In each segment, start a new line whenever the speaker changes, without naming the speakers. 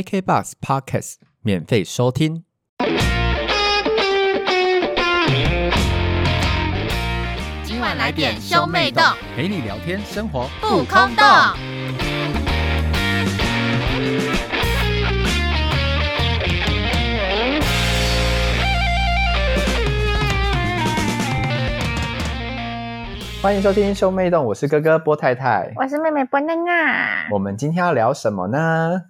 KKBox Podcast 免费收听。
今晚来点兄妹洞，
陪你聊天生活。
不空洞。
欢迎收听兄妹洞，我是哥哥波太太。
我是妹妹波娜娜，
我们今天要聊什么呢？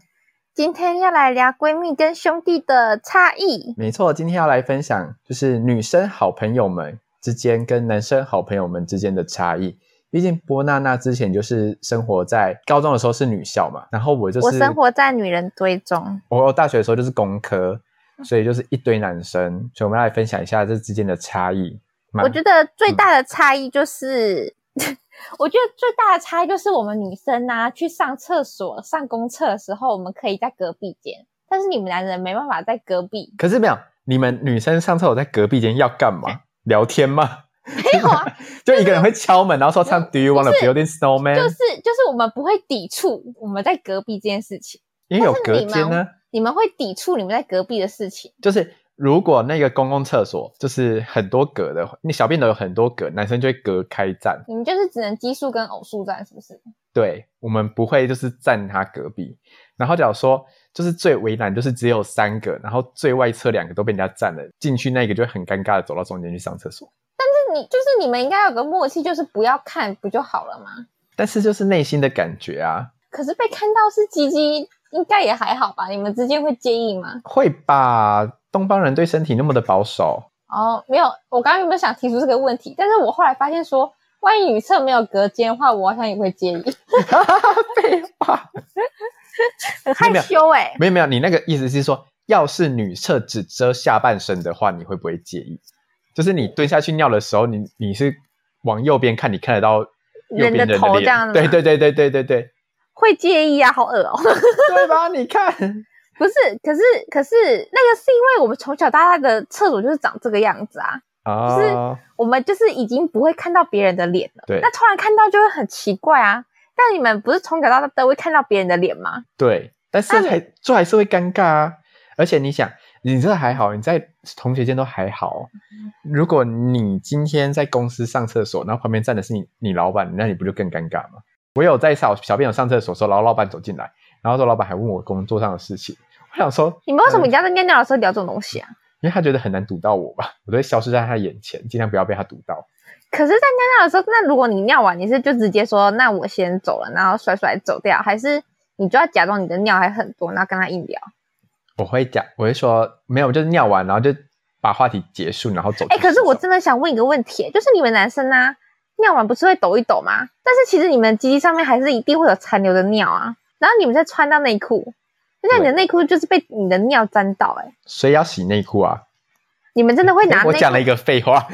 今天要来聊闺蜜跟兄弟的差异。
没错，今天要来分享就是女生好朋友们之间跟男生好朋友们之间的差异。毕竟波娜娜之前就是生活在高中的时候是女校嘛，然后我就是
我生活在女人堆中，
我大学的时候就是工科，所以就是一堆男生，所以我们要来分享一下这之间的差异。蛮
我觉得最大的差异就是， 我觉得最大的差异就是我们女生啊，去上厕所、上公厕的时候，我们可以在隔壁间，但是你们男人没办法在隔壁。
可是没有，你们女生上厕所在隔壁间要干
哎
嘛？聊天吗？
没有啊，
就一个人会敲门，然后说唱 Do you wanna
不是
build a
就
snowman？、
是就是我们不会抵触我们在隔壁这件事情，
因为有隔
但是
间
你
呢
们。你们会抵触你们在隔壁的事情。
就是如果那个公共厕所就是很多格的，那小便斗有很多格，男生就会隔开站。
你们就是只能奇数跟偶数站，是不是？
对我们不会就是站他隔壁。然后假如说就是最为难，就是只有三个，然后最外侧两个都被人家占了，进去那个就会很尴尬的走到中间去上厕所。
那你就是你们应该有个默契，就是不要看不就好了吗？
但是就是内心的感觉啊，
可是被看到是鸡鸡，应该也还好吧？你们之间会介意吗？
会吧？东方人对身体那么的保 守，
哦，没有，我刚刚有没有想提出这个问题？但是我后来发现说，万一女厕没有隔间的话，我好像也会介意，
废话，
很害羞哎、
没有没有，你那个意思是说，要是女厕只遮下半身的话，你会不会介意？就是你蹲下去尿的时候，你你是往右边看，你看得到右边
人的
人
头
脸
这样子吗
对
啊
对对对对对对，
会介意啊，好恶哦、
对吧？你看，
不是，可是可是那个是因为我们从小到大的厕所就是长这个样子啊，
哦，
我们就是已经不会看到别人的脸了。
对
那突然看到就会很奇怪啊。但你们不是从小到大都会看到别人的脸吗？
对，但是
那你
还这还是会尴尬啊。而且你想，你这还好，你在同学间都还好。
嗯
如果你今天在公司上厕所，然后旁边站的是你你老板，那你不就更尴尬吗？我有在小小便友上厕所的时候，然后老板走进来，然后说老板还问我工作上的事情，我想说，
你们为什么一定要在尿尿的时候聊这种东西啊？
因为他觉得很难堵到我吧，我都会消失在他眼前，尽量不要被他堵到。
可是，在尿尿的时候，那如果你尿完，你是就直接说那我先走了，然后甩甩走掉，还是你就要假装你的尿还很多，然后跟他硬聊？
我会讲，我会说没有，就是尿完，然后就把话题结束，然后走去洗手。
哎、可是我真的想问一个问题，就是你们男生啊，尿完不是会抖一抖吗？但是其实你们鸡鸡上面还是一定会有残留的尿啊，然后你们再穿到内裤，那你的内裤就是被你的尿沾到、欸，哎，
所以要洗内裤啊，
你们真的会拿
诶我
内
讲
裤？
了一个废话，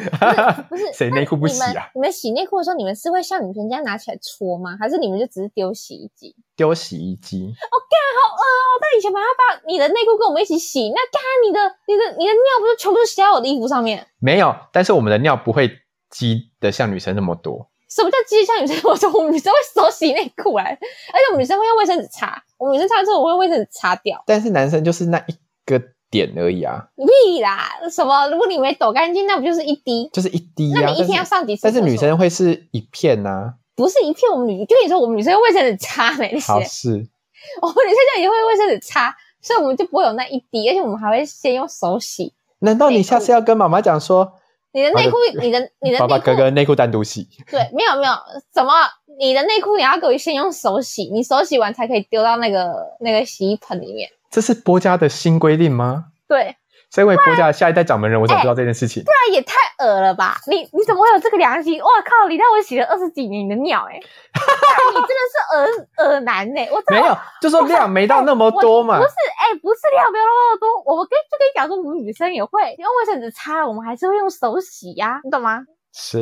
不是
谁
那
内裤不洗
你们
啊？
你们洗内裤的时候，你们是会像女生这样拿起来搓吗？还是你们就只是丢洗衣机？
丢洗衣机，
好饿哦！但以前把它把你的内裤跟我们一起洗，那干你的、你的、你的尿不是全部都洗在我的衣服上面？
没有，但是我们的尿不会积的像女生那么多。
什么叫鸡像女生？我说我们女生会手洗内裤来，而且我们女生会用卫生纸擦，我们女生擦完之后我会用卫生纸擦掉。
但是男生就是那一个点而已啊，
屁啦！什么？如果你没抖干净，那不就是一滴？
就是一滴啊。
那你一天要
但是
上几次厕
但
所？
是女生会是一片啊呐、
不是一片，我们女就跟你说，我们女生用卫生纸擦没那些，
好是，
我们女生就也会用卫生纸擦，所以我们就不会有那一滴，而且我们还会先用手洗。
难道你下次要跟妈妈讲说，
你的内裤
好，的
你 的你的
爸
内
爸
裤
哥哥内裤单独洗？
对，没有没有，怎么你的内裤也要给我先用手洗，你手洗完才可以丢到那个那个洗衣盆里面。
这是波家的新规定吗？
对，
身为波家的下一代掌门人，我怎么知道这件事情？
那也太恶了吧！你你怎么会有这个良心？哇靠！你让我洗了二十几年你的尿、欸， 哎，你真的是恶恶男呢、我真
没
的
有，啊就说量没到那么多嘛
不。是，哎、不是量没有那么多。我们跟就跟你讲说，我们女生也会用卫生纸擦，我们还是会用手洗呀、你懂吗？
是，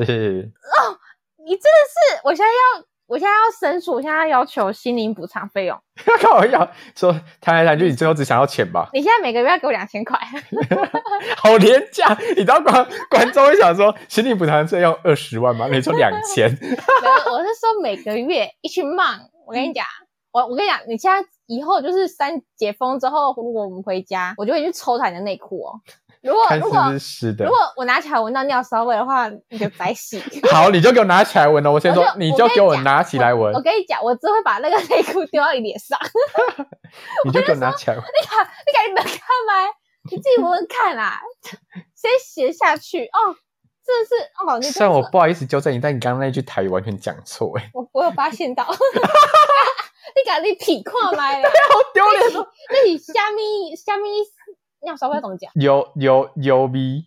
你真的是，我现在要，我现在要申诉，我现在要要求心灵补偿费用。
靠要说谈来谈去，你最后只想要钱吧？
你现在每个月要给我两千块。
好廉价！你知道观观众会想说，心理补偿费用二十万吗？你说两千，
嗯没有，我是说每个月一群 m 我跟你讲，我我跟你讲，你现在以后就是三解封之后，如果我们回家，我就会去抽查你的内裤哦。如果
看是
如
不
果
是湿的
如。果我拿起来闻到尿骚味的话，你就白洗。
好，你就给我拿起来闻了。我先
我
说
就，
你
我
就
跟你
给 我
讲
拿起来闻
我，跟你讲，我只会把那个内裤丢到你脸上。
你就给我拿起来闻。
你看，你看你们看吗？你自己闻闻看啦、 先写下去哦。真的是哦，你真的是
虽然我不好意思纠正你，但你刚刚那句台语完全讲错， 哎，
我我有发现到，你赶你屁看来了，
好丢
那
脸
是
哦。
那你虾米虾米尿骚味怎么 讲？
有有有逼，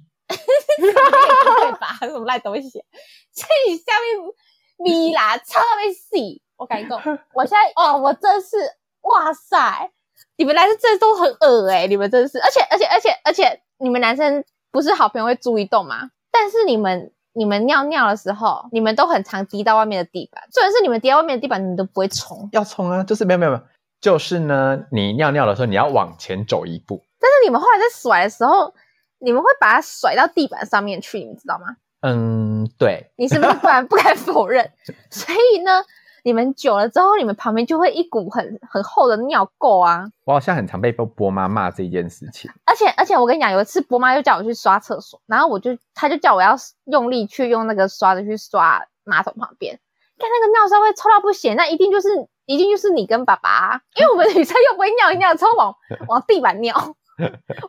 对吧？什么烂东西？所以下面米啦，超被洗。我跟你讲，我现在哦，我真是哇塞！你们男生真的都很恶哎、你们真是，而且而且而且而且，你们男生不是好朋友会注意动吗？但是你们你们尿尿的时候，你们都很常滴到外面的地板，重点是你们滴到外面的地板，你们都不会冲。
要冲啊！就是没有没有没有，就是呢，你尿尿的时候你要往前走一步，
但是你们后来在甩的时候，你们会把它甩到地板上面去，你们知道吗？
嗯，对，
你是不是不敢不敢否认？所以呢，你们久了之后，你们旁边就会一股很很厚的尿垢啊。
我好像很常被波波妈骂这一件事情。
而且而且，我跟你讲，有一次波妈就叫我去刷厕所，然后我就她就叫我要用力去用那个刷子去刷马桶旁边，看那个尿稍微臭到不行，那一定就是一定就是你跟爸爸啊、因为我们女生又不会尿一尿，之后往往地板尿，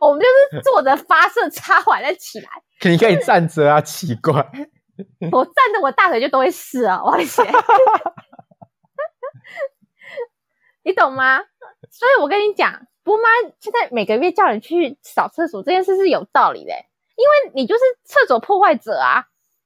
我们就是坐着发射插环再起来，
你可以站着啊，奇怪，
我站着我大腿就都会湿啊，我的天！ 你懂吗？所以我跟你讲，波妈现在每个月叫你去扫厕所这件事是有道理的，因为你就是厕所破坏者啊！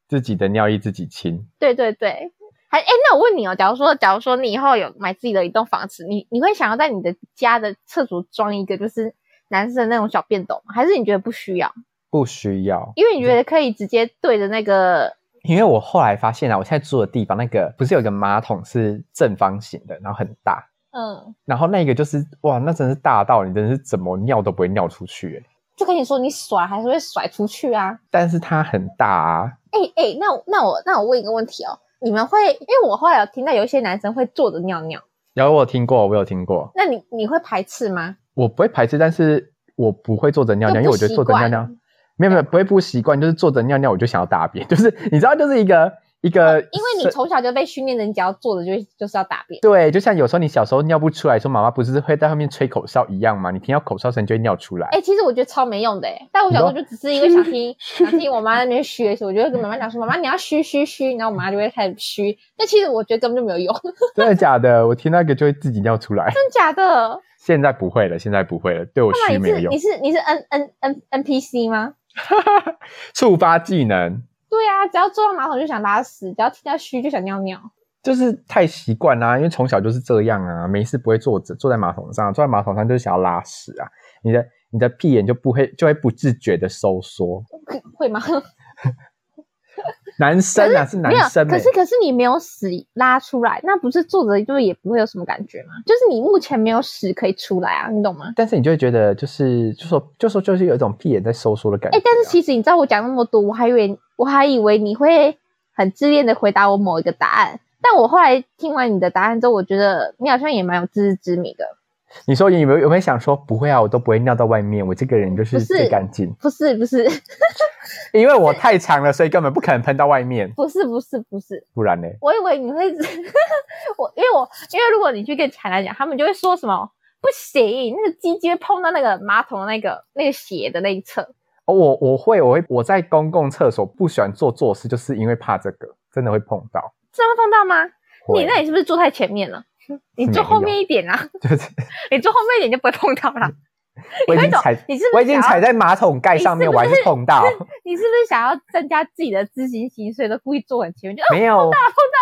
自己的尿意自己清。
对对对，还哎，那我问你哦，假如说，假如说你以后有买自己的一栋房子，你你会想要在你的家的厕所装一个就是男生的那种小便斗吗？还是你觉得不需要？
不需要，
因为你觉得可以直接对着那个
因为我后来发现啊，我现在住的地方那个不是有一个马桶是正方形的，然后很大，
嗯。
然后那个就是哇，那真是大到你真是怎么尿都不会尿出去、欸，
就跟你说，你甩还是会甩出去啊。
但是它很大啊，
哎、哎、那我那我那我问一个问题哦，你们会，因为我后来有听到有一些男生会坐着尿尿，
有我有听过，我有听过，
那你你会排斥吗？
我不会排斥，但是我不会坐着尿
就
尿，因为
不
我觉得
习
坐着尿
惯
尿，没有没有不会不习惯，就是坐着尿尿我就想要大便， 就是你知道，就是一个一个，
哦因为你从小就被训练的，你只要坐着就会就是要大便。
对，就像有时候你小时候尿不出来的时候，说妈妈不是会在后面吹口哨一样嘛，你听到口哨声就会尿出来。
哎、其实我觉得超没用的哎，但我小时候就只是因为想听想听我妈那边嘘的时候，我就会跟妈妈讲说：“妈妈，你要嘘嘘嘘。”然后我妈就会开始嘘，但其实我觉得根本就没有用，
真
真
的假的？我听那个就会自己尿出来。
的假的？
现在不会了，现在不会了，对我
妈妈，
虚
你
没有
是
用
你。是你是 N N N N P C 吗？
触发技能
对啊，只要坐到马桶就想拉屎，只要听到嘘就想尿尿。
就是太习惯啦，因为从小就是这样啊，没事不会坐着，坐在马桶上，坐在马桶上就是想要拉屎啊，你的你的屁眼就不会就会不自觉的收缩。
会吗？
男生啊是
没有
男，生、欸，
可是可是你没有屎拉出来，那不是坐着就是也不会有什么感觉吗？就是你目前没有屎可以出来啊，你懂吗？
但是你就会觉得就是就说就说就是有一种屁眼在收缩的感觉、
哎、
啊。
但是其实你知道我讲那么多，我还以为我还以为你会很自恋的回答我某一个答案，但我后来听完你的答案之后，我觉得你好像也蛮有自知之明的。
你说有没有有没有想说不会啊，我都不会尿到外面，我这个人就是
不是
最干净，
不是不是
因为我太长了，所以根本不可能喷到外面，
不是不是不是，
不然呢？
我以为你会， 我因为我因为如果你去跟台南讲，他们就会说什么不行，那个鸡鸡会碰到那个马桶的那个那个斜的那一侧。
哦，我我会我会我在公共厕所不喜欢做坐式，就是因为怕这个，真的会碰到。
这样会碰到吗？
会
你那你是不是坐太前 面了？你坐后面一点啊，
就是
你坐后面一点就不会碰到 啦。
我已
那
经
种
踩，
你是不
我已
是
经
想要
踩在马桶盖上面，
你是
我还
不是
是碰到，
你是不是想要增加自己的自信心，所以都故意坐很前面？就、呃、
没有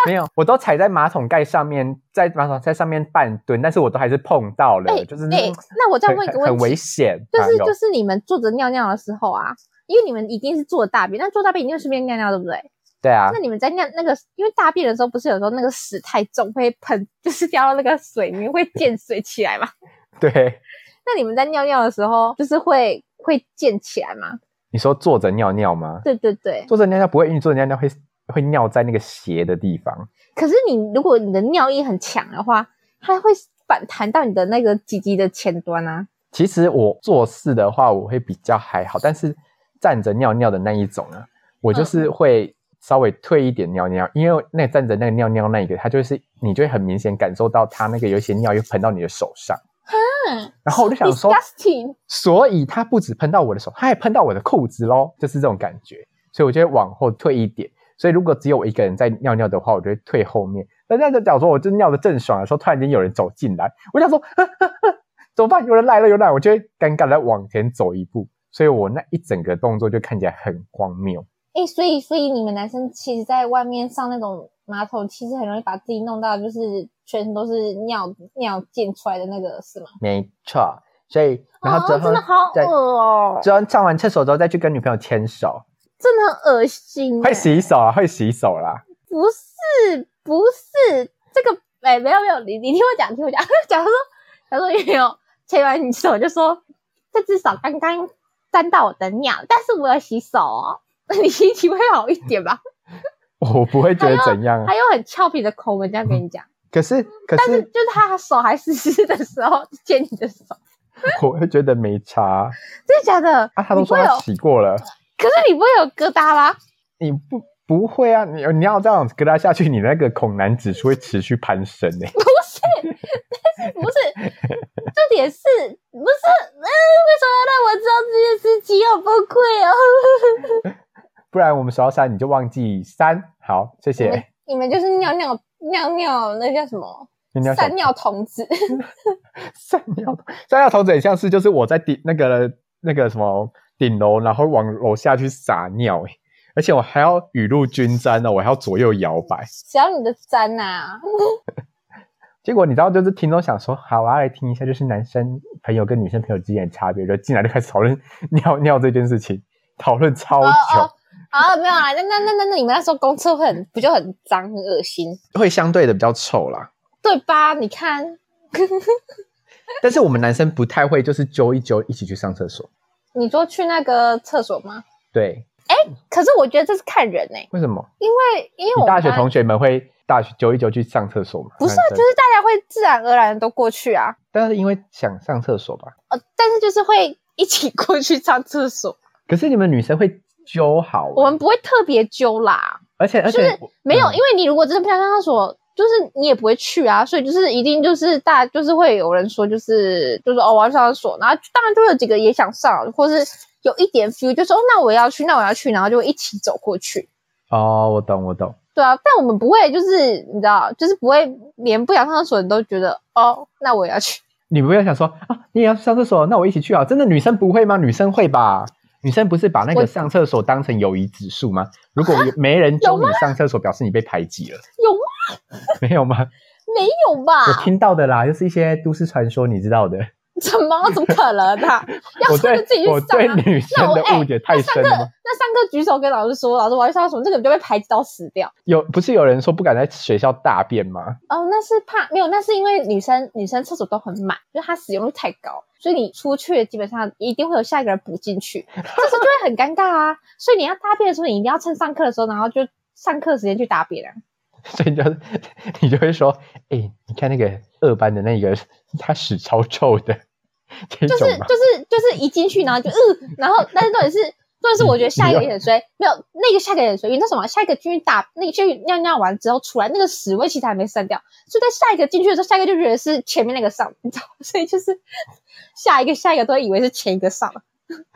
没有，我都踩在马桶盖上面，在马桶在上面半蹲，但是我都还是碰到了，
哎
就是
哎、那我再
嗯很
问一个
很
问
很危
题，
险，啊
就
朋
是
友
就是你们坐着尿尿的时候啊，因为你们一定是坐着大便，那坐大便一定会顺便尿尿，对不对？
对啊
那，你们在尿那个，因为大便的时候，不是有时候那个屎太重会喷，就是掉到那个水里面会溅水起来嘛？
对，
那你们在尿尿的时候，就是会会溅起来吗？
你说坐着尿尿吗？
对对对。
坐着尿尿不会晕，坐着尿尿会会尿在那个斜的地方。
可是你如果你的尿意很强的话，它会反弹到你的那个鸡鸡的前端啊。
其实我做事的话，我会比较还好，但是站着尿尿的那一种啊，我就是会稍微退一点尿尿，因为那站着那个尿尿那一个，它就是你就会很明显感受到它那个有一些尿又喷到你的手上，
嗯
然后我就想说，
，disgusting，
所以它不止喷到我的手，它还喷到我的裤子喽，就是这种感觉，所以我就会往后退一点。所以如果只有我一个人在尿尿的话，我就会退后面。但那就假如说我就尿的正爽的时候，突然间有人走进来，我想说呵呵呵怎么办？有人来了，有人来了，我就会尴尬的往前走一步。所以我那一整个动作就看起来很荒谬。
哎、所以所以你们男生其实在外面上那种马桶，其实很容易把自己弄到就是全身都是尿尿溅出来的那个，是吗？
没错，所以然后之
哦、
后
真的好
再
恶哦、
之后上完厕所之后再去跟女朋友牵手，
真的很恶心、欸。
会洗手啊，会洗手啦。
不是不是这个，哎、没有没有，你你听我讲，听我讲。 假如说，假如说也有牵完你手，就说这至少刚刚沾到我的尿，但是我有洗手哦， 你心情会好一点吧？
我不会觉得怎样啊
他，用很俏皮的口吻这样跟你讲，
可是可
但是
是
就是他手还湿湿的时候 牵你的手，
我会觉得没差啊
真的假的？
啊。他都说
你不会
他
有，
洗过了，
可是你不会有疙 瘩吗？
你不不会啊？你你要这样子跟他下去，你那个恐男指数会持续攀升诶、
不是，但是不是，重点是不是？嗯、为什么要让我知道这件事情？好崩溃哦！
不然我们数到三你就忘记三。好，谢
你们
谢。
你们就是尿尿尿尿，那叫什么？
尿尿小
散尿童子，
三尿三尿童子很像是就是我在顶那个那个什么顶楼，然后往楼下去撒尿诶、而且我还要雨露均沾哦呢，我还要左右摇摆。
只要你的啊沾呐、
结果你知道，就是听众想说，好，我啊要来听一下，就是男生朋友跟女生朋友之间的差别，就进来就开始讨论尿尿这件事情，讨论超久，
哦哦啊，没有啦，那那那那那你们那时候公厕会很不就很脏很恶心，
会相对的比较臭啦。
对吧？你看，
但是我们男生不太会，就是揪一揪一起去上厕所。
你说去那个厕所吗？
对，
可是我觉得这是看人呢、
为什么？
因为因为我
你
们
大学
班
同学们会大学揪一揪去上厕所吗？
不是、啊
男，生
就是大家会自然而然的都过去啊，
但是因为想上厕所吧。
呃，但是就是会一起过去上厕所，
可是你们女生会揪好，欸
我们不会特别揪啦。
而且而
就
且
是没有，
嗯
因为你如果真的不想上厕所，就是你也不会去啊，所以就是一定就是大就是会有人说就是就是哦我要上厕所，然后当然就有几个也想上，或是有一点 feel 就说哦那我要去，那我要去，然后就会一起走过去。
哦，我懂我懂。
对啊，但我们不会就是你知道，就是不会连不想上厕所你都觉得哦那我也要去，
你不要想说啊，你也要去上厕所，那我一起去啊！真的女生不会吗？女生会吧？女生不是把那
我
个上厕所当成友谊指数吗？如果有没人
有
揪
吗
你上厕所，表示你被排挤了，
有吗？啊
没有吗？
没有吧？
我听到的啦，就是一些都市传说，你知道的。
怎么怎么可能啊？要
我
上就
对
自己去
我
上
对
啊。
女
那
生
我
的
哎
误解太
那上
深
课
了吗？
那上课举手跟老师说，老师我要上厕所，这个你就被排挤到死掉。
有不是有人说不敢在学校大便吗？
哦，那是怕没有，那是因为女生女生厕所都很满，就是它使用率太高，所以你出去基本上一定会有下一个人补进去，这时候就会很尴尬啊。所以你要大便的时候，你一定要趁上课的时候，然后就上课时间去大便啊。
所以你就你就会说，哎、你看那个二班的那个，他屎超臭的，这
就是
种吗？
就是就是一进去，然后就嗯，然后但是重点是重点是我觉得
嗯
下一个也很衰，没有那个下一个也很衰，因为那什么下一个进去打那个去尿尿完之后出来，那个屎味其实还没散掉，所以在下一个进去的时候，下一个就觉得是前面那个上，你知道吗，所以就是 下一个下一个都会以为是前一个上，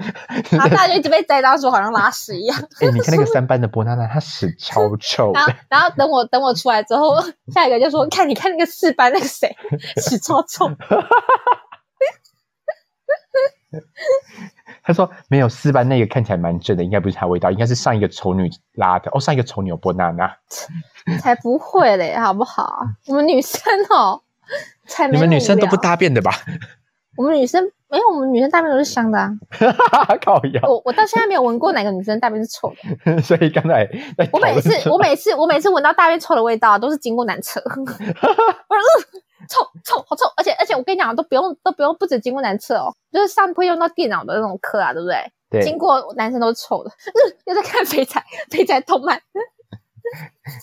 然后大家就一直被栽赃说好像拉屎一样，
哎、你看 那个三班的波娜娜，她屎超臭
然后
的。
然后等我等我出来之后， 下一个就说看你看那个四班那个谁 屎超臭，
她说没有四班那个看起来蛮正的，应该不是她味道，应该是上一个丑女拉的。哦，上一个丑女有波娜娜，
才不会嘞，好不好？我们女生哦，才没
你
那
们
么
女生都不
无聊，
搭便的吧？
我们女生没有，我们女生大便都是香的啊。
靠腰，
我我到现在没有闻过哪个女生大便是臭 的。
所以刚才在讨
我每
论
次
说
我每次我每次闻到大便臭的味道，都是经过男 厕。我说、呃、臭臭好臭，而且而且我跟你讲，都不用都不用，不止经过男厕哦，就是上会用到电脑的那种课啊，对不对？
对
经过男生都是臭的，呃又在看肥仔肥仔动漫，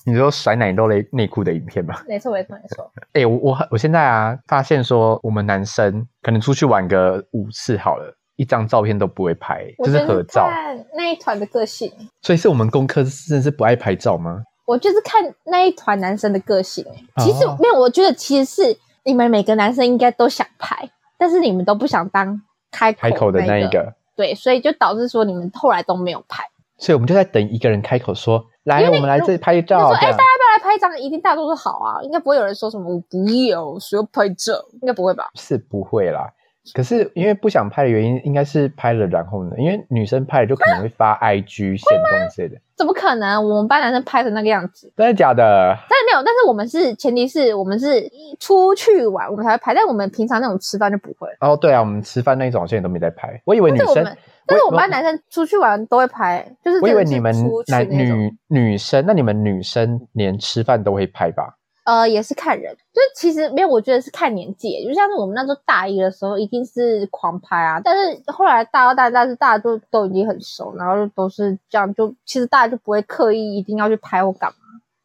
你说甩奶豆内内裤的影片吗？
没错，没错，没错。
哎、我我我现在啊，发现说我们男生可能出去玩个五次好了，一张照片都不会拍，
我
就
觉
是
得
合照。
看那一团的个性，
所以是我们功课真的是不爱拍照吗？
我就是看那一团男生的个性、
哦
其实、没有，我觉得其实是你们每个男生应该都想拍，但是你们都不想当开口
开口的那一
一
个，，
对，所以就导致说你们后来都没有拍。
所以我们就在等一个人开口说：“来，
因为
我
你
们来这里拍
就
照。
说：“
这
哎、
样
大家要不要来拍一张？一定大多数好啊，应该不会有人说什么我不要，谁要拍照？应该不会吧？
是不会啦。可是因为不想拍的原因，应该是拍了然后呢？因为女生拍了就可能会 发 IG 线动之类的，
怎么可能？我们班男生拍成那个样子？
真的假的？
但是没有，但是我们是前提是我们是出去玩我们才会拍，但我们平常那种吃饭就不会。
哦，对啊，我们吃饭那种现在都没在拍。我以为女
但是我
生
们，，但是我们班
我
男生出去玩都会拍，就是
我以
真
为
的是
你们
出去
男
那种。
女女生，那你们女生连吃饭都会拍吧？
呃，也是看人，就是其实没有，我觉得是看年纪，就像是我们那时候大一的时候，一定是狂拍啊，但是后来大二、大三、大四，大家都都已经很熟，然后就都是这样，就其实大家就不会刻意一定要去拍或干嘛，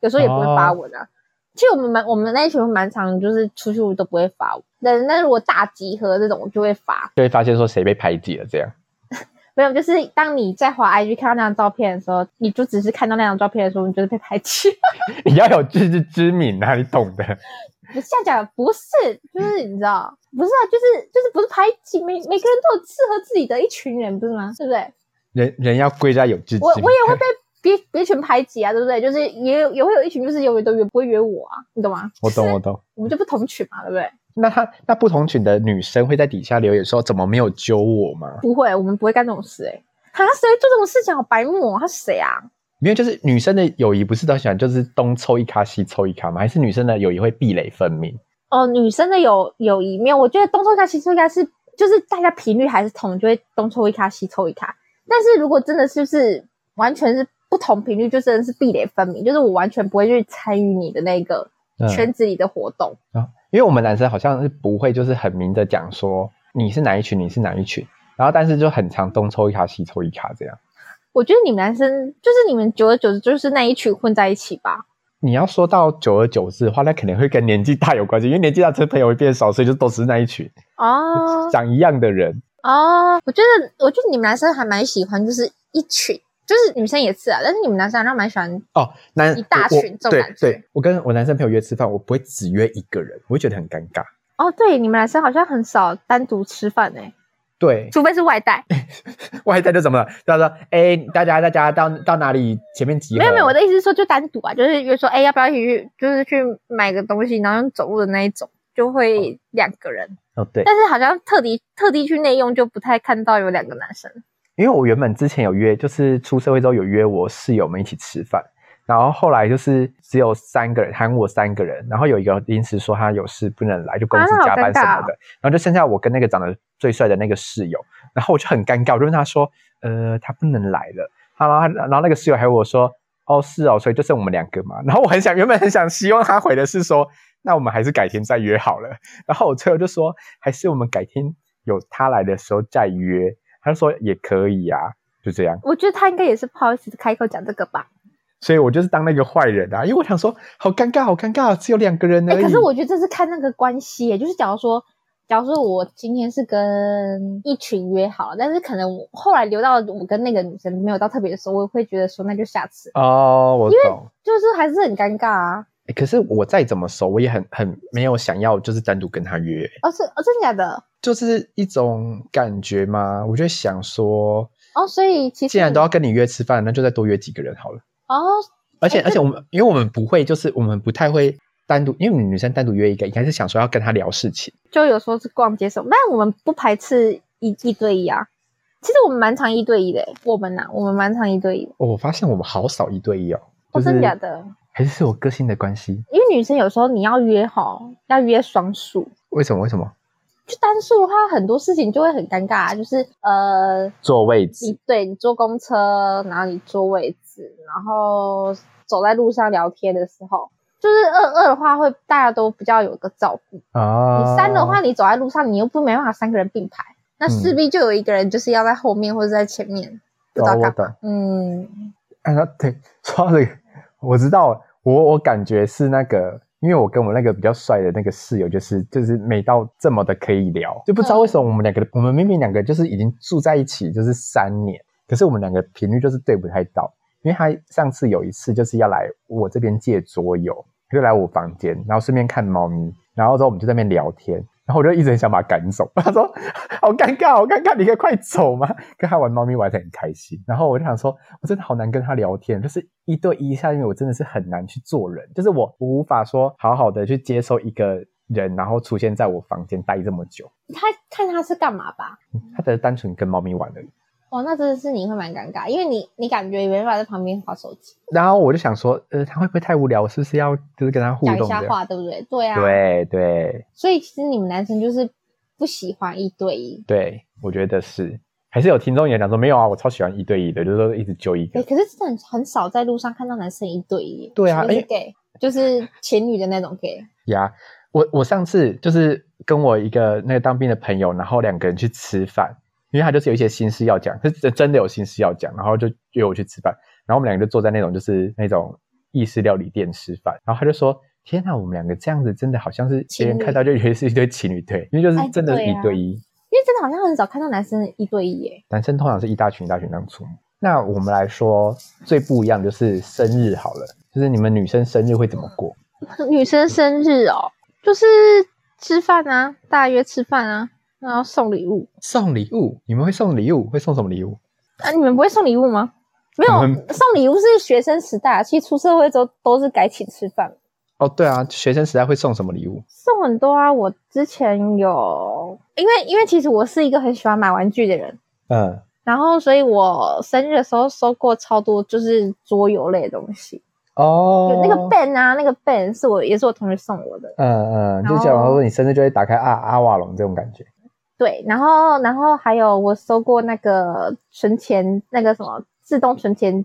有时候也
哦
不会发文啊。其实我们蛮我们那一群蛮常就是出去都不会发文，但但如果大集合这种就会发，
就会发现说谁被排挤了这样。
没有，就是当你在滑 IG 看到那张照片的时候，你就只是看到那张照片的时候，你就是被排挤。
你要有自知之明啊，你懂的。
不下讲不是，就是 你知道，不是啊，就是就是不是排挤，每每个人都有适合自己的一群人，不是吗？对不对？
人人要归在有自知之
我
明。
我也会被别别群排挤啊，对不对？就是也有也会有一群就是永远都约不会约我啊，你懂吗？
我懂
就是
我懂。
我们就不同群嘛，对不对？
那他那不同群的女生会在底下留言说怎么没有揪我吗？
不会，我们不会干这种事哎、欸。啊，谁会做这种事情？好白目、哦，他是谁啊？
因为就是女生的友谊不是都喜欢就是东凑一咖西凑一咖吗？还是女生的友谊会壁垒分明？
哦，女生的友友谊没有，我觉得东凑一咖西凑一咖是，就是大家频率还是同，就会东凑一咖西凑一咖。但是如果真的是是完全是不同频率，就真的是壁垒分明，就是我完全不会去参与你的那个
嗯
圈子里的活动。
啊，因为我们男生好像是不会就是很明的讲说你是哪一群，你是哪一群，然后但是就很常东凑一咖西凑一咖这样。
我觉得你们男生就是你们久而久之就是那一群混在一起吧。
你要说到久而久之的话，那肯定会跟年纪大有关系，因为年纪大，这朋友会变少，所以就都是那一群
哦
长一样的人。
哦，我觉得我觉得你们男生还蛮喜欢，就是一群，就是女生也是啊，但是你们男生好像蛮喜欢
哦，男
一大
我
群
我
这种
对
感觉
对，我跟我男生朋友约吃饭，我不会只约一个人，我会觉得很尴尬。
哦，对，你们男生好像很少单独吃饭诶、
对，
除非是外带。
外带就怎么了？他说：“哎、大家大家到到哪里前面集合？”
没有没有，我的意思是说就单独啊，就是约说，哎、要不要一起去，就是去买个东西，然后用走路的那一种，就会两个人。
哦对，
但是好像特地特地去内用就不太看到有两个男生。
因为我原本之前有约，就是出社会之后有约我室友们一起吃饭，然后后来就是只有三个人，喊我三个人，然后有一个临时说他有事不能来，就公司
啊好
加班
尴
什
尬
么的，然后就剩下我跟那个长得最帅的那个室友，然后我就很尴尬，我就问他说，呃，他不能来了，他然后他然后那个室友还问我说，哦是哦，所以就剩我们两个嘛，然后我很想原本很想希望他回的是说，那我们还是改天再约好了，然后我最后就说，还是我们改天有他来的时候再约。他就说也可以啊，就这样。
我觉得他应该也是不好意思开口讲这个吧。
所以我就是当那个坏人啊，因为我想说好尴尬，好尴尬，只有两个人
哎、
而已。
可是我觉得这是看那个关系耶，就是假如说，假如说我今天是跟一群约好了，但是可能我后来留到我跟那个女生没有到特别的时候，我也会觉得说那就下次，
哦，我懂。
就是还是很尴尬啊。
欸可是我再怎么熟，我也很很没有想要就是单独跟他约，
哦，是哦，真的假的？
就是一种感觉嘛。我就会想说，
哦，所以其实
既然
你
都要跟你约吃饭，那就再多约几个人好了。
哦，
而且、
欸
而且我们因为我们不会，就是我们不太会单独，因为女生单独约一个，应该是想说要跟他聊事情。
就有时候是逛街什么，但我们不排斥一一对一啊。其实我们蛮常一对一的欸，我们呐、我们蛮常一对一的。
哦，我发现我们好少一对一哦，就
哦，
是、
真的假的？
还是是我个性的关系？
因为女生有时候你要约哈，要约双数，
为什么？为什么？
就单数的话，很多事情就会很尴尬啊，就是呃，
坐位置。
你对你坐公车，然后你坐位置，然后走在路上聊天的时候，就是二二的话会大家都比较有个照顾。
啊，
你三的话，，你走在路上，你又不没办法三个人并排，
嗯
那势必就有一个人就是要在后面或者在前面，不知道
哦，我
干嘛。
懂。
嗯，
啊，对，说到这个，我我知道，我我感觉是那个，因为我跟我那个比较帅的那个室友，就是就是没到这么的可以聊，就不知道为什么我们两个，我们明明两个就是已经住在一起就是三年，可是我们两个频率就是对不太到。因为他上次有一次就是要来我这边借桌游，他就来我房间，然后顺便看猫咪，然后之后我们就在那边聊天，然后我就一直很想把他赶走， 他说好尴尬，好尴尬，你可以快走吗？ 跟他玩猫咪玩的很开心，然后我就想说，我真的好难跟他聊天，就是一对一下，因为我真的是很难去做人，就是我我无法说好好的去接受一个人，然后出现在我房间待这么久，
他看他是干嘛吧？
他只是单纯跟猫咪玩而已。
哇，那真的是你会蛮尴尬，因为你你感觉没办法在旁边划手机，
然后我就想说，呃，他会不会太无聊？我是不是要就是跟他互
讲一
动
下
这样？
话，对不对？对啊，
对对
所以其实你们男生就是不喜欢一对一。
对，我觉得是。还是有听众也讲说，没有啊，我超喜欢一对一的，就是说一直揪一
对，
个。
可是真的很很少在路上看到男生一对一。
对啊
就是
哎
gay，就是情侣的那种 gay。
呀，我我上次就是跟我一个那个当兵的朋友，然后两个人去吃饭，因为他就是有一些心事要讲，是真真的有心事要讲，然后就约我去吃饭，然后我们两个就坐在那种就是那种意式料理店吃饭，然后他就说。天呐，我们两个这样子真的好像是别人
情侣
看到就以为是一对情侣，对，因为就是
哎
真的是
对
一
啊
对一，
因为真的好像很少看到男生一对一耶。
男生通常是一大群一大群那样出门。那我们来说最不一样就是生日好了，就是你们女生生日会怎么过？
女生生日哦，就是吃饭啊，大约吃饭啊，然后送礼物。
送礼物，你们会送礼物？会送什么礼物？
啊，你们不会送礼物吗？没有
我们，
送礼物是学生时代啊，其实出社会之后都是改请吃饭。
哦，对啊，学生时代会送什么礼物？
送很多啊！我之前有，因为因为其实我是一个很喜欢买玩具的人，
嗯，
然后所以我生日的时候收过超多就是桌游类的东西，
哦
有那个 Ben 啊，那个 Ben 是我也是我同学送我的，
嗯嗯，就是假如说你生日就会打开阿阿瓦隆这种感觉。
对，然后然后还有我收过那个存钱那个什么自动存钱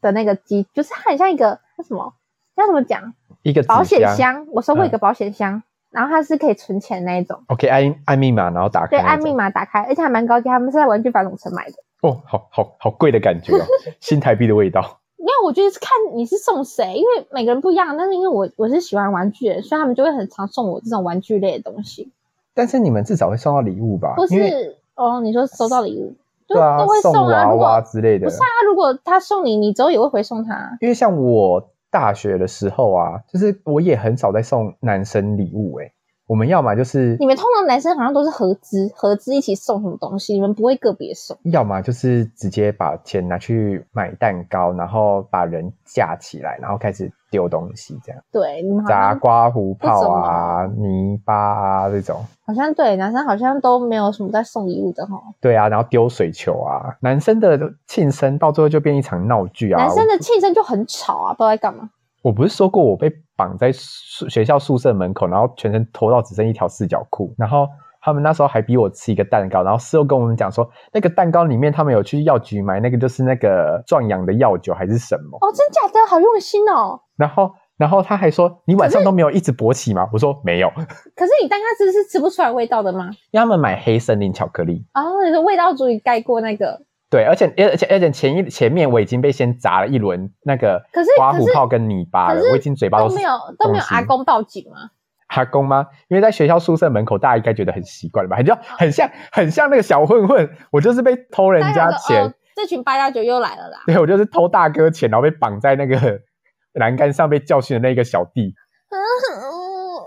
的那个机，就是它很像一个那什么要怎么讲
一个纸
保险
箱嗯
箱，我收过一个保险箱，然后它是可以存钱的那一种，
，OK，按按密码然后打开
对，
那
按
种，
密码打开，而且还蛮高级，他们是在玩具反斗城买的。
哦，好好好贵的感觉 哦，新台币的味道。
因为我觉得是看你是送谁，因为每个人不一样。但是因为我我是喜欢玩具的，所以他们就会很常送我这种玩具类的东西，
但是你们至少会送到礼物吧？
或
啊因为
是哦，你说收到礼物，就
对啊
都会，
送
啊。
娃
如
娃
果
之类的。
不是啊，如果他送你，你之后也会回送他。啊
因为像我大学的时候啊，就是我也很少在送男生礼物、欸，我们要么就是
你，们通常男生好像都是合资，合资一起送什么东西，你们不会个别送。
要么就是直接把钱拿去买蛋糕，然后把人架起来，然后开始丢东西，这样
对，你们好
砸
像
瓜胡泡啊、泥巴啊这种。
好像对男生好像都没有什么在送礼物的哈。
对啊，然后丢水球啊，男生的庆生到最后就变一场闹剧啊。
男生的庆生就很吵啊，不知道在干嘛。
我，我不是说过我被绑在宿学校宿舍门口，然后全身脱到只剩一条四角裤，然后他们那时候还逼我吃一个蛋糕，然后事后跟我们讲说，那个蛋糕里面他们有去药局买那个就是那个壮阳的药酒还是什么，
哦，真假的，好用心哦。
然后然后他还说你晚上都没有一直勃起吗？我说没有，因
可是你蛋糕汁是吃不出来味道的吗？
为他们买黑森林巧克力。
哦，你说味道足以盖过那个，
对，而且而且而且前一前面我已经被先砸了一轮那个
可是
刮
可
胡
是
泡跟泥巴了
可，是
我已经嘴巴
都
都是
没有都
东
没有
西
阿公报警吗？
阿公吗？因为在学校宿舍门口，大家应该觉得很习惯了吧？很像，很像，很像那个小混混，我就是被偷人
大
家
家说
钱，
哦，这群八加九又来了啦，
对我就是偷大哥钱，然后被绑在那个 栏杆上被教训的那个小弟，
嗯，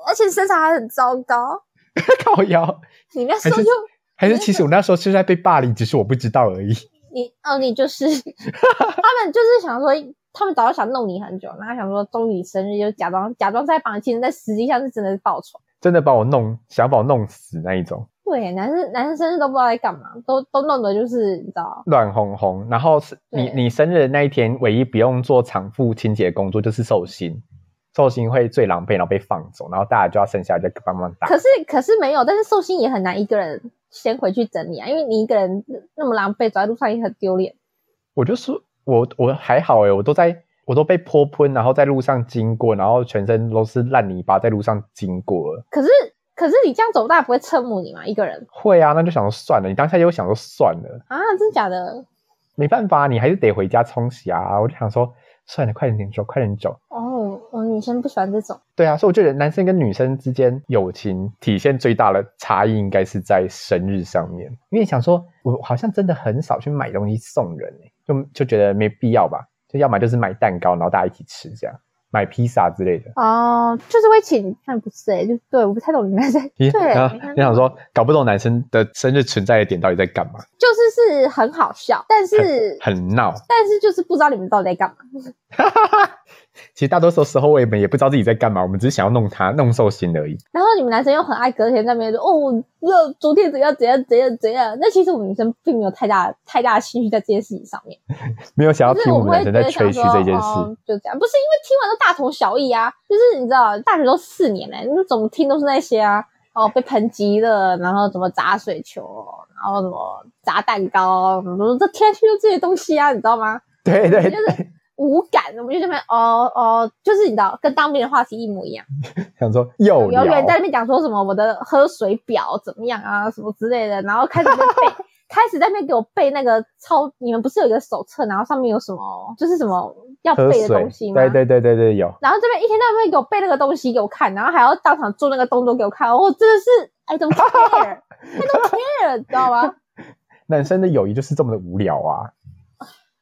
而且身材还很糟糕。
靠腰。
你那时
还
候
是
就
还是其实我那时候是在被霸凌，只是我不知道而已。
你哦，你就是他们就是想说，他们早就想弄你很久，然后想说终于你生日就假装假装在绑，其实在实际上是真的是报仇。
真的把我弄，想把我弄死那一种，
对，男生男生生日都不知道在干嘛，都都弄的就是你知道，
乱哄哄。然后是你
对
你生日的那一天，唯一不用做产妇清洁工作就是寿星，寿星会最狼狈，然后被放走，然后大家就要剩下来再帮忙打。
可是可是没有，但是寿星也很难一个人先回去整理啊，因为你一个人那么狼狈走在路上也很丢脸。
我就说，我我还好欸诶，我都在，我都被泼喷，然后在路上经过，然后全身都是烂泥巴，在路上经过了。
可是可是你这样走，大家不会侧目你吗？一个人
会啊，那就想说算了，你当下就想说算了，
啊，真假的？
没办法，你还是得回家冲洗啊。我就想说，算了，快点走，快点走。
哦，我女生不喜欢这种，
对啊，所以我就觉得男生跟女生之间友情体现最大的差异，应该是在生日上面。因为想说，我好像真的很少去买东西送人、欸，就就觉得没必要吧。就要么就是买蛋糕，然后大家一起吃这样，买披萨之类的。
哦，就是会请，但不是哎、就对，我不太懂你们在
咦
对，
然后啊你想说，搞不懂男生的生日存在的点到底在干嘛，
就是是很好笑，但是
很闹。
但是就是不知道你们到底在干嘛。
其实大多数时候我们也不知道自己在干嘛，我们只是想要弄他弄寿星而已。
然后你们男生又很爱隔天在那边说哦，那昨天怎样怎样怎样怎样。那其实我们女生并没有太大太大的兴趣在这件事情上面，
没有想要
就
听
是
我
我
们
会
男生在
觉得
吹
想
嘘
说
这件事。
哦，就这样，不是因为听完都大同小异啊，就是你知道大学都四年嘞、你怎么听都是那些啊。哦，被抨击了，然后怎么砸水球，然后怎么砸蛋糕，什么这天天就这些东西啊，你知道吗？
对对
就是无感，我们就这边哦哦，就是你知道，跟当兵的话题一模一样。
想说又
永
聊
远在那边讲说什么我的喝水表怎么样啊，什么之类的，然后开始在那 边背，开始在那边给我背那个超，你们不是有一个手册，然后上面有什么就是什么要
喝
背
水
的东西，吗？
对对对对对，有。
然后这边一天到晚给我背那个东西给我看，然后还要当场做那个动作给我看，我、真的是 I don't care，I don't care，你知道吗？
男生的友谊就是这么的无聊啊，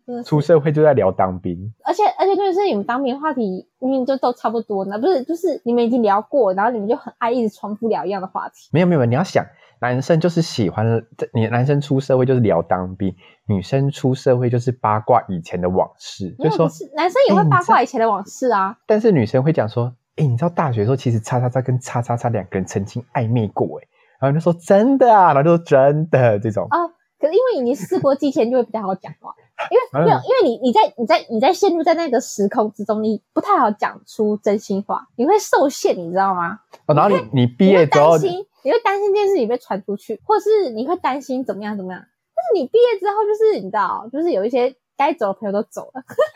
真的是
出社会就在聊当兵，
而且而且，就是你们当兵话题明明就都差不多呢，不是就是你们已经聊过，然后你们就很爱一直重复聊一样的话题。
没有没有，你要想，男生就是喜欢你，男生出社会就是聊当兵，女生出社会就是八卦以前的往事，
没
就
有，
说
不，是男生也
哎
会
你
八
知道
卦以前的往事啊。
但是女生会讲说，哎，你知道大学的时候其实叉叉叉跟叉叉叉两个人曾经暧昧过，哎，然后你就说真的啊，然后就说真的这种，
啊可是因为你已经事过境迁，就会比较好讲话。因为没有，
嗯
因为你你在你在你在陷入在那个时空之中，你不太好讲出真心话，你会受限，你知道吗？
哦然后你你毕
哎你会
业之后
担，心，你会担心这件事情被传出去，或是你会担心怎么样怎么样。但是你毕业之后，就是你知道，就是有一些该走的朋友都走了，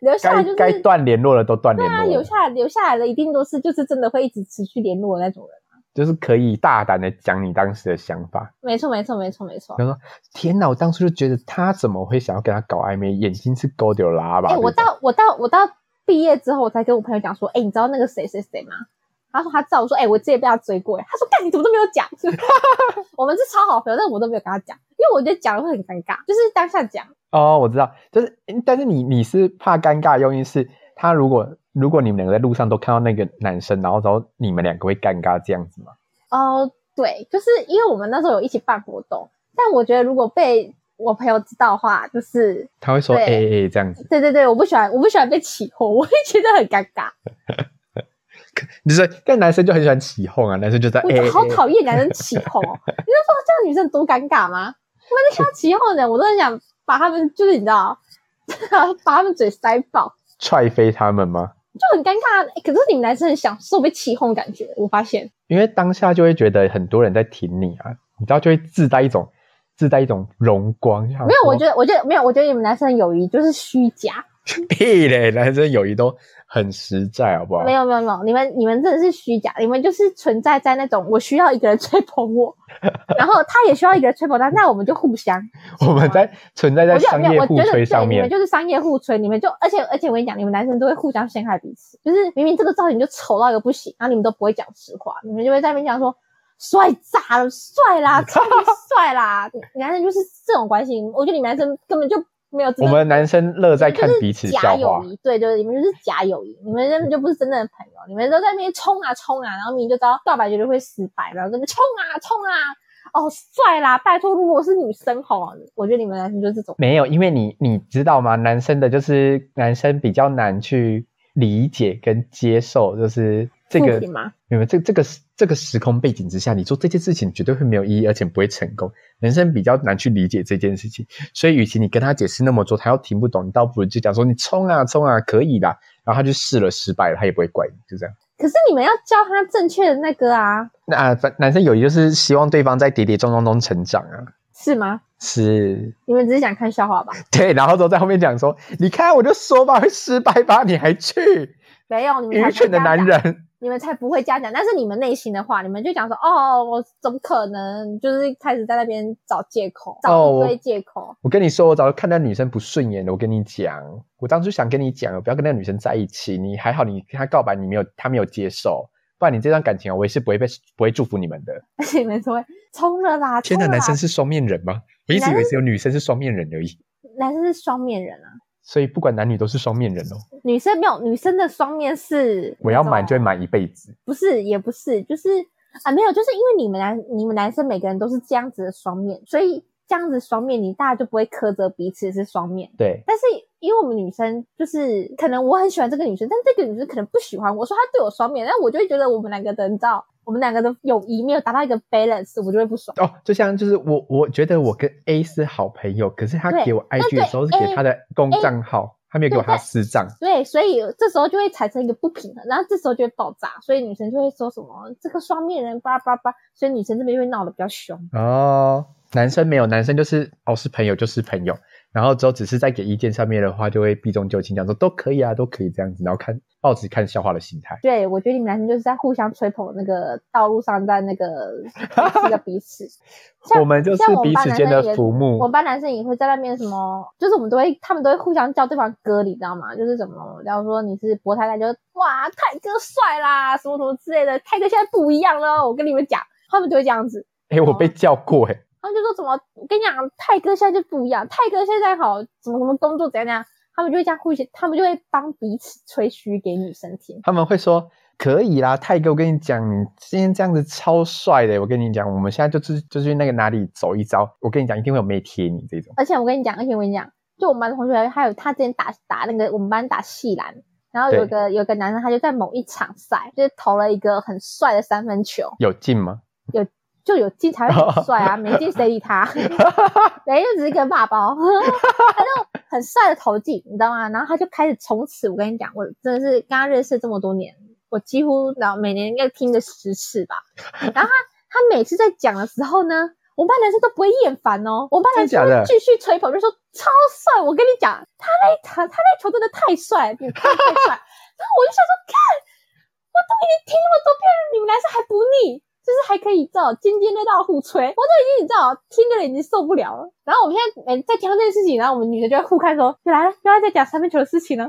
留下来
该
就是
该断联络的都断
对
联
啊，
络
留
了，
下来留下来的一定都是就是真的会一直持续联络的那种人。
就是可以大胆的讲你当时的想法。
没错，没错，没错，没错。
天哪！我当初就觉得他怎么会想要跟他搞暧昧，眼睛是勾丢拉吧？
哎、我
这种
到我到我到毕业之后，我才跟我朋友讲说，哎、你知道那个谁谁谁吗？他说他知道，我说哎、我之前被他追过，哎他说干你怎么都没有讲， 我们是超好朋友，但我都没有跟他讲，因为我觉得讲了会很尴尬，就是当下讲，
哦，我知道，就是，嗯但是你你是怕尴尬，用意是他如果如果你们两个在路上都看到那个男生，然后然后你们两个会尴尬这样子吗？
哦、对，就是因为我们那时候有一起办活动，但我觉得如果被我朋友知道的话，就是
他会说
对
哎哎哎这样子，
对对对，我不喜欢，我不喜欢被起哄，我会觉得很尴尬，
就是但男生就很喜欢起哄啊，男生就在
我
哎哎
好
哎
讨厌男生起 哄哦！你就说这样女生多尴尬吗？我每次看到起哄的人，我都很想把他们，就是你知道， 把他们嘴塞爆，
踹飞他们吗？
就很尴尬。诶可是你们男生很享受被起哄的感觉，我发现
因为当下就会觉得很多人在挺你啊，你知道就会自带一种自带一种荣光。没
没有，我觉得，我觉得没有，我觉得你们男生的友谊就是虚假，
屁嘞，男生友谊都很实在，好不好？
没有没有没有，你们你们真的是虚假，你们就是存在在那种 我需要一个人吹 捧我，然后他也需要一个人吹捧他，那我们就互相。
我们在存在在
我觉得
商
没有，
业
我觉
互
得
吹
对，
上
你们
面，
就是商业互吹，你们就而且而且我跟你讲，你们男生都会互相陷害彼此，就是明明这个造型就丑到一个不行，然后你们都不会讲实话，你们就会在那边讲说帅炸了，帅啦，超级 帅啦，你男生就是这种关系，我觉得你们男生根本就没有真
我
的。
们男生乐在看彼此
假啊
笑
友
话，
谊，对对，你们就是假友谊，你们根本就不是真正的朋友，你们都在那边冲啊冲啊，然后明明就知道告白绝对会失败，然后这边冲啊冲啊，哦帅啦，拜托，如果我是女生吼，我觉得你们男生就是这种。
没有，因为你你知道吗？男生的就是男生比较难去理解跟接受，就是这
物
个
品吗？
没有这这个这个时空背景之下，你做这件事情绝对会没有意义，而且不会成功。男生比较难去理解这件事情，所以与其你跟他解释那么多，他又听不懂，你倒不如就讲说你冲啊冲啊，可以啦。然后他去试了，失败了，他也不会怪你，就这样。
可是你们要教他正确的那个啊，
那、啊、反男生友谊就是希望对方在跌跌撞撞中成长啊。
是吗？
是，
你们只是想看笑话吧？
对，然后都在后面讲说，你看我就说吧，会失败吧，你还去，
没有，你们才
愚蠢的男人，
你们才不会嘉奖。但是你们内心的话，你们就讲说，哦，我怎么可能？就是开始在那边找借口，找一堆借口。
哦 我跟你说，我早就看那女生不顺眼了。我跟你讲，我当初想跟你讲，不要跟那个女生在一起。你还好，你跟她告白，你没有，她没有接受。不然你这段感情啊，我也是不会被不会祝福你们的。
而且你们说，冲了啦！
天
哪，
男生是双面人吗？我一直以为只有女生是双面人而已。
男生是双面人啊，
所以不管男女都是双面人哦。
女生没有，女生的双面是
我要瞒就会瞒一辈子。
不是，也不是，就是啊，没有，就是因为你们男你们男生每个人都是这样子的双面，所以这样子双面，你大家就不会苛责彼此是双面。
对，
但是因为我们女生就是可能我很喜欢这个女生，但这个女生可能不喜欢我，说她对我双面，但我就会觉得我们两个的你知道，我们两个的友谊没有达到一个 balance，我就会不爽。
哦，就像就是我，我觉得我跟 A 是好朋友，可是他
对
给我
但
IG 的时候是
对
给他的公
A-
账号，他没有给我
对
他
但
私账。
对，所以这时候就会产生一个不平衡，然后这时候就会爆炸，所以女生就会说什么这个双面人叭叭叭，所以女生这边就会闹得比较凶。
哦，男生没有，男生就是哦是朋友就是朋友，然后之后只是在给意见上面的话，就会避重就轻，讲说都可以啊，都可以这样子，然后看报纸看笑话的心态。
对，我觉得你们男生就是在互相吹捧那个道路上，在那个彼此的 彼此。像
我们就是
像我们
彼
班
此
男
间
生
的
也
浮
我们
木，
班男生也会在那边什么，就是我们都会，他们都会互相叫对方哥，你知道吗？就是什么，然后说你是博太太，就哇泰哥帅啦，什么什么之类的，泰哥现在不一样了，我跟你们讲，他们都会这样子。
哎，我被
哦
叫过哎，
他们就说怎么，我跟你讲，泰哥现在就不一样，泰哥现在好，怎么怎么工作怎样怎样，他们就会这样互相，他们就会帮彼此吹嘘给女生听。
他们会说可以啦，泰哥，我跟你讲，你今天这样子超帅的，我跟你讲，我们现在就去就去那个哪里走一遭，我跟你讲，一定会有妹贴你这种。
而且我跟你讲，而且我跟你讲，就我们班同学，还有他之前打打那个我们班打细篮，然后有个有个男生，他就在某一场赛，就是投了一个很帅的三分球，
有劲吗？
就有进才会很帅啊，没进谁理他， 没就只是个骂包， 他就很帅的投进，你知道吗？然后他就开始从此，我跟你讲，我真的是跟他认识这么多年，我几乎然后每年应该听个十次吧。 然后他他每次在讲的时候呢，我们班男生都不会厌烦哦，我们班
真的
男生
假
会
的
继续吹捧，就说超帅，我跟你讲，他那他他那球真的太帅，你太太帅。 然后我就想说，看，我都已经听那么多遍了，你们男生还不腻，就是还可以照尖尖的到互吹，我都已经你知道听的人已经受不了了。然后我们现在每在讲这件事情，然后我们女生就会互看说，原来原来在讲三分球的事情呢。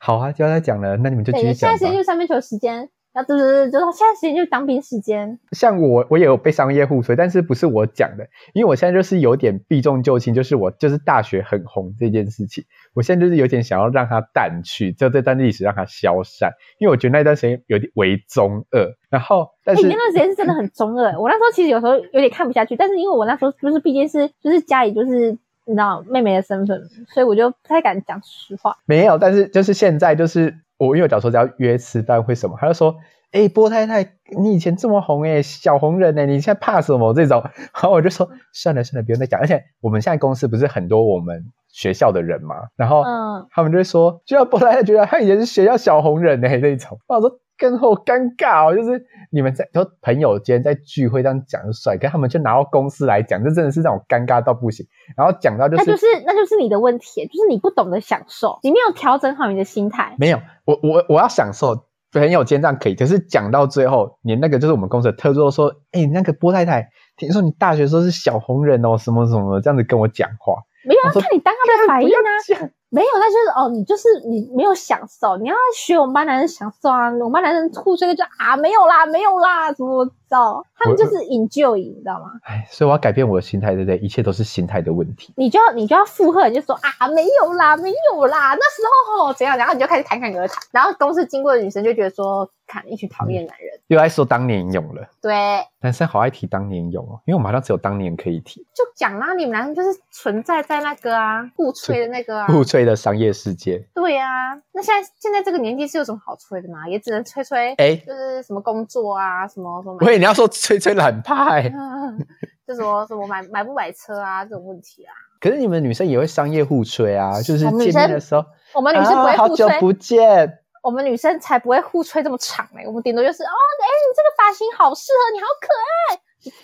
好啊，就要再讲了，那你们就继
对，
续
现
讲吧
在时。间就是三分球时间，然后对对对，就是现在时间就是当兵时间。
像我，我也有被商业互吹，但是不是我讲的，因为我现在就是有点避重就轻，就是我就是大学很红这件事情，我现在就是有点想要让它淡去，就这段历史让它消散，因为我觉得那段时间有点为中二，然后但
哎、
是、
你那段时间是真的很中二。我那时候其实有时候有点看不下去，但是因为我那时候就是毕竟是就是家里就是你知道妹妹的身份，所以我就不太敢讲实话。
没有，但是就是现在就是我，因为我讲说只要约吃饭会什么，他就说。哎、波太太，你以前这么红哎、小红人哎、你现在怕什么这种？然后我就说算了算了，不用再讲。而且我们现在公司不是很多我们学校的人嘛，然后
嗯，
他们就会说，就像波莱觉得他以前是学校小红人呢、那种。我想说更好尴尬哦，就是你们在说朋友间在聚会这样讲就帅，可是他们就拿到公司来讲，这真的是让我尴尬到不行。然后讲到就
那
是
就是那就是你的问题，就是你不懂得享受，你没有调整好你的心态。
没有，我我我要享受朋友间这样可以，可是讲到最后，你那个就是我们公司的特助说，哎、那个波太太，听说你大学的时候是小红人哦，什么什么的这样子跟我讲话，
没有
我
要
说
看你当下的反
不
应
要
啊，
讲，
没有，那就是哦，你就是你没有享受，你要学我们班男生享受啊，我们班男生吐这个就啊没有啦，没有啦，怎么我知道？他们就是 enjoy，你知道吗？
哎，所以我要改变我的心态，对不对？一切都是心态的问题。
你就要你就要附和，你就说啊没有啦，没有啦，那时候哦吼怎样，然后你就开始侃侃而谈，然后公司经过的女生就觉得说，看一群讨厌的男人，
又爱说当年勇了。
对，
男生好爱提当年勇哦，因为我们好像只有当年可以提
就讲啦，你们男生就是存在在那个啊互吹的那个啊，
互吹的商业世界。
对啊，那现在现在这个年纪是有什么好吹的嘛？也只能吹吹，
哎，
就是什么工作啊，什么什么
我以
买，
为你要说吹吹懒怕哎，
就什么什么买买不买车啊这种问题啊，
可是你们女生也会商业互吹啊，就是
我们女
见
生
面的时候，
我们女生不会
啊好
互吹哎
久，不见，
我们女生才不会互吹这么长嘞、我们顶多就是哦，哎、你这个发型好适合你，好可爱。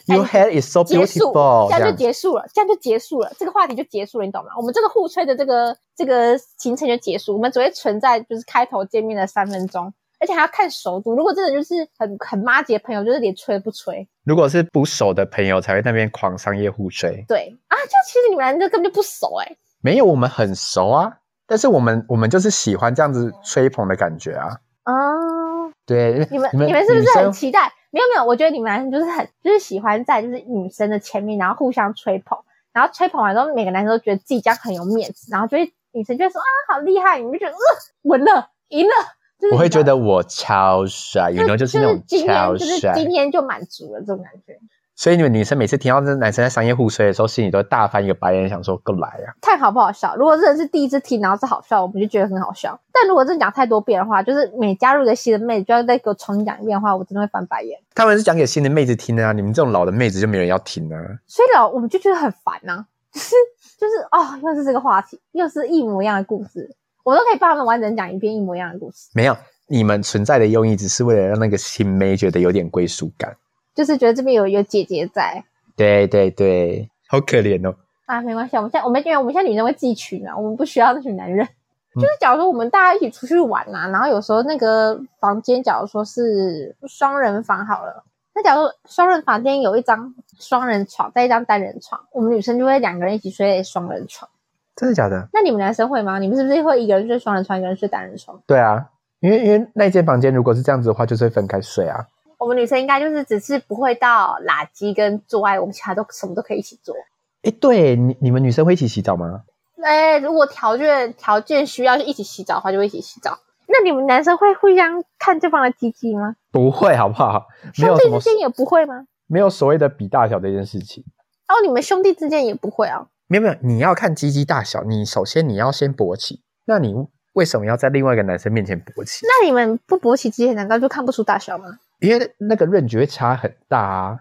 Your
哎
hair is so
结束，
beautiful，
这样就
子
结束了，这样就结束了，这个话题就结束了，你懂吗？我们这个互吹的这个这个行程就结束，我们只会存在就是开头见面的三分钟，而而且还要看熟度。如果真的就是很很妈姐朋友，就是连吹都不吹，
如果是不熟的朋友才会那边狂商业互吹，
对啊，就其实你们俩就根本就不熟哎、
没有我们很熟啊，但是我们我们就是喜欢这样子吹捧的感觉啊。
哦，
对，
你们
你们
是不
女
是很
生
期待？没有没有，我觉得你们男生就是很就是喜欢在就是女生的前面，然后互相吹捧，然后吹捧完之后，每个男生都觉得自己这样很有面子，然后就会女生就会说啊好厉害，你们就觉得呃稳了赢了，就是
我会觉
你知
得
道。
我超帅，有时候就是那
是
种
今
超
天就是
帅。
今天就满足了这种感觉，
所以你们女生每次听到这男生在商业互吹的时候，心里都大翻一个白眼，想说够来啊！
看好不好笑。如果真的是第一次听，然后是好笑，我们就觉得很好笑。但如果真的讲太多遍的话，就是每加入一个新的妹，就要再给我重新讲一遍的话，我真的会翻白眼。
他们是讲给新的妹子听的啊，你们这种老的妹子就没人要听啊。
所以老我们就觉得很烦呐、就是就是哦，又是这个话题，又是一模一样的故事，我都可以帮他们完整讲一遍一模一样的故事，
没有，你们存在的用意只是为了让那个新妹觉得有点归属感。
就是觉得这边有有姐姐在
对对对，好可怜哦。
啊，没关系，我们现在我们因为我们现在女生会自己取暖，我们不需要那群男人。
嗯
就是假如说我们大家一起出去玩呐、然后有时候那个房间，假如说是双人房好了，那假如双人房间有一张双人床，再一张单人床，我们女生就会两个人一起睡双人床。
真的假的？
那你们男生会吗？你们是不是会一个人睡双人床，一个人睡单人床？
对啊，因为因为那间房间如果是这样子的话，就是会分开睡啊。
我们女生应该就是只是不会到垃圾跟做爱，我们其他都什么都可以一起做。
诶，对你你们女生会一起洗澡吗？
哎，如果条件条件需要就一起洗澡的话，就会一起洗澡。那你们男生会互相看对方的鸡鸡吗？
不会，好不好？没
兄
有什
弟
么
之间也不会吗？
没有所谓的比大小这件事情。
哦，你们兄弟之间也不会啊？
没有没有，你要看鸡鸡大小，你首先你要先勃起，那你为什么要在另外一个男生面前勃起？
那你们不勃起之前，难道就看不出大小吗？
因为那个润觉会差很大啊。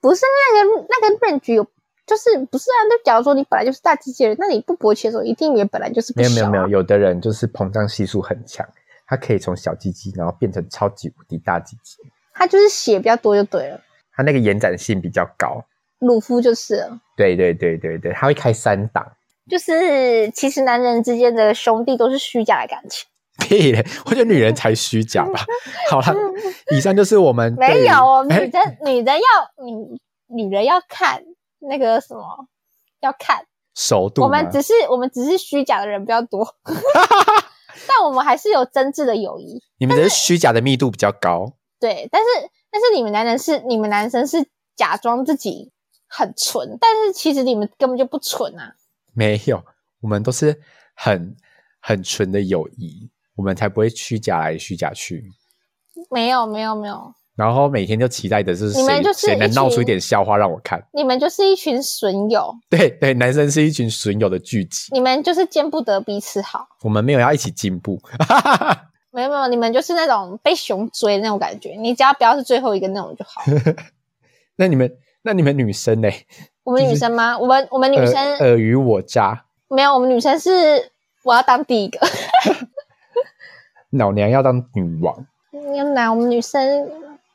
不是那个那个 range 有，就是不是啊？就假如说你本来就是大鸡鸡的人，那你不勃起的时候，一定也本来就是不
没有
小、啊。
没有没有，有的人就是膨胀系数很强，他可以从小鸡鸡然后变成超级无敌大鸡鸡，
他就是血比较多就对了，
他那个延展性比较高。
乳夫就是了。
对对对对对，他会开三档。
就是其实男人之间的兄弟都是虚假的感情，
屁嘞！我觉得女人才虚假吧。好了，以上就是我们对
没
于
有哦，女
哎
人、女人要女女人要看那个什么，要看
熟度
我
吗
们只是我们只是虚假的人比较 多，但我们还是有真挚的友谊，
你们只是虚假的密度比较高。
对，但是但是你们男人是你们男生是假装自己很纯，但是其实你们根本就不纯啊，
没有，我们都是很很纯的友谊，我们才不会虚假来虚假去。
没有没有没有，
然后每天就期待的是
你们
谁
就是
谁能
一
闹出
群
一点笑话让我看。
你们就是一群损友，
对对，男生是一群损友的聚集，
你们就是见不得彼此好。
我们没有要一起进步。
没有没有，你们就是那种被熊追的那种感觉，你只要不要是最后一个那种就好。
那你们那你们女生呢？呃
我们女生吗？我们我们女生、
尔尔虞我诈，
没有，我们女生是我要当第一个。
老娘要当女王，
要拿我们女生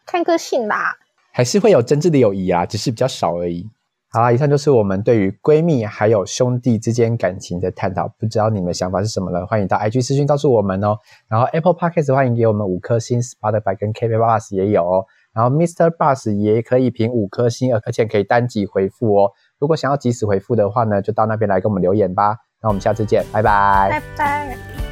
看个性啦。
还是会有真挚的友谊啊，只是比较少而已。好啦，以上就是我们对于闺蜜还有兄弟之间感情的探讨，不知道你们想法是什么呢？欢迎到 IG 私讯告诉我们哦。然后 Apple Podcast 欢迎给我们五颗星，Spotify 跟 k p Bus 也有哦。然后 Mr. Bus 也可以评五颗星，而且可以单集回复哦。如果想要及时回复的话呢，就到那边来跟我们留言吧。那我们下次见，拜拜
拜拜。
「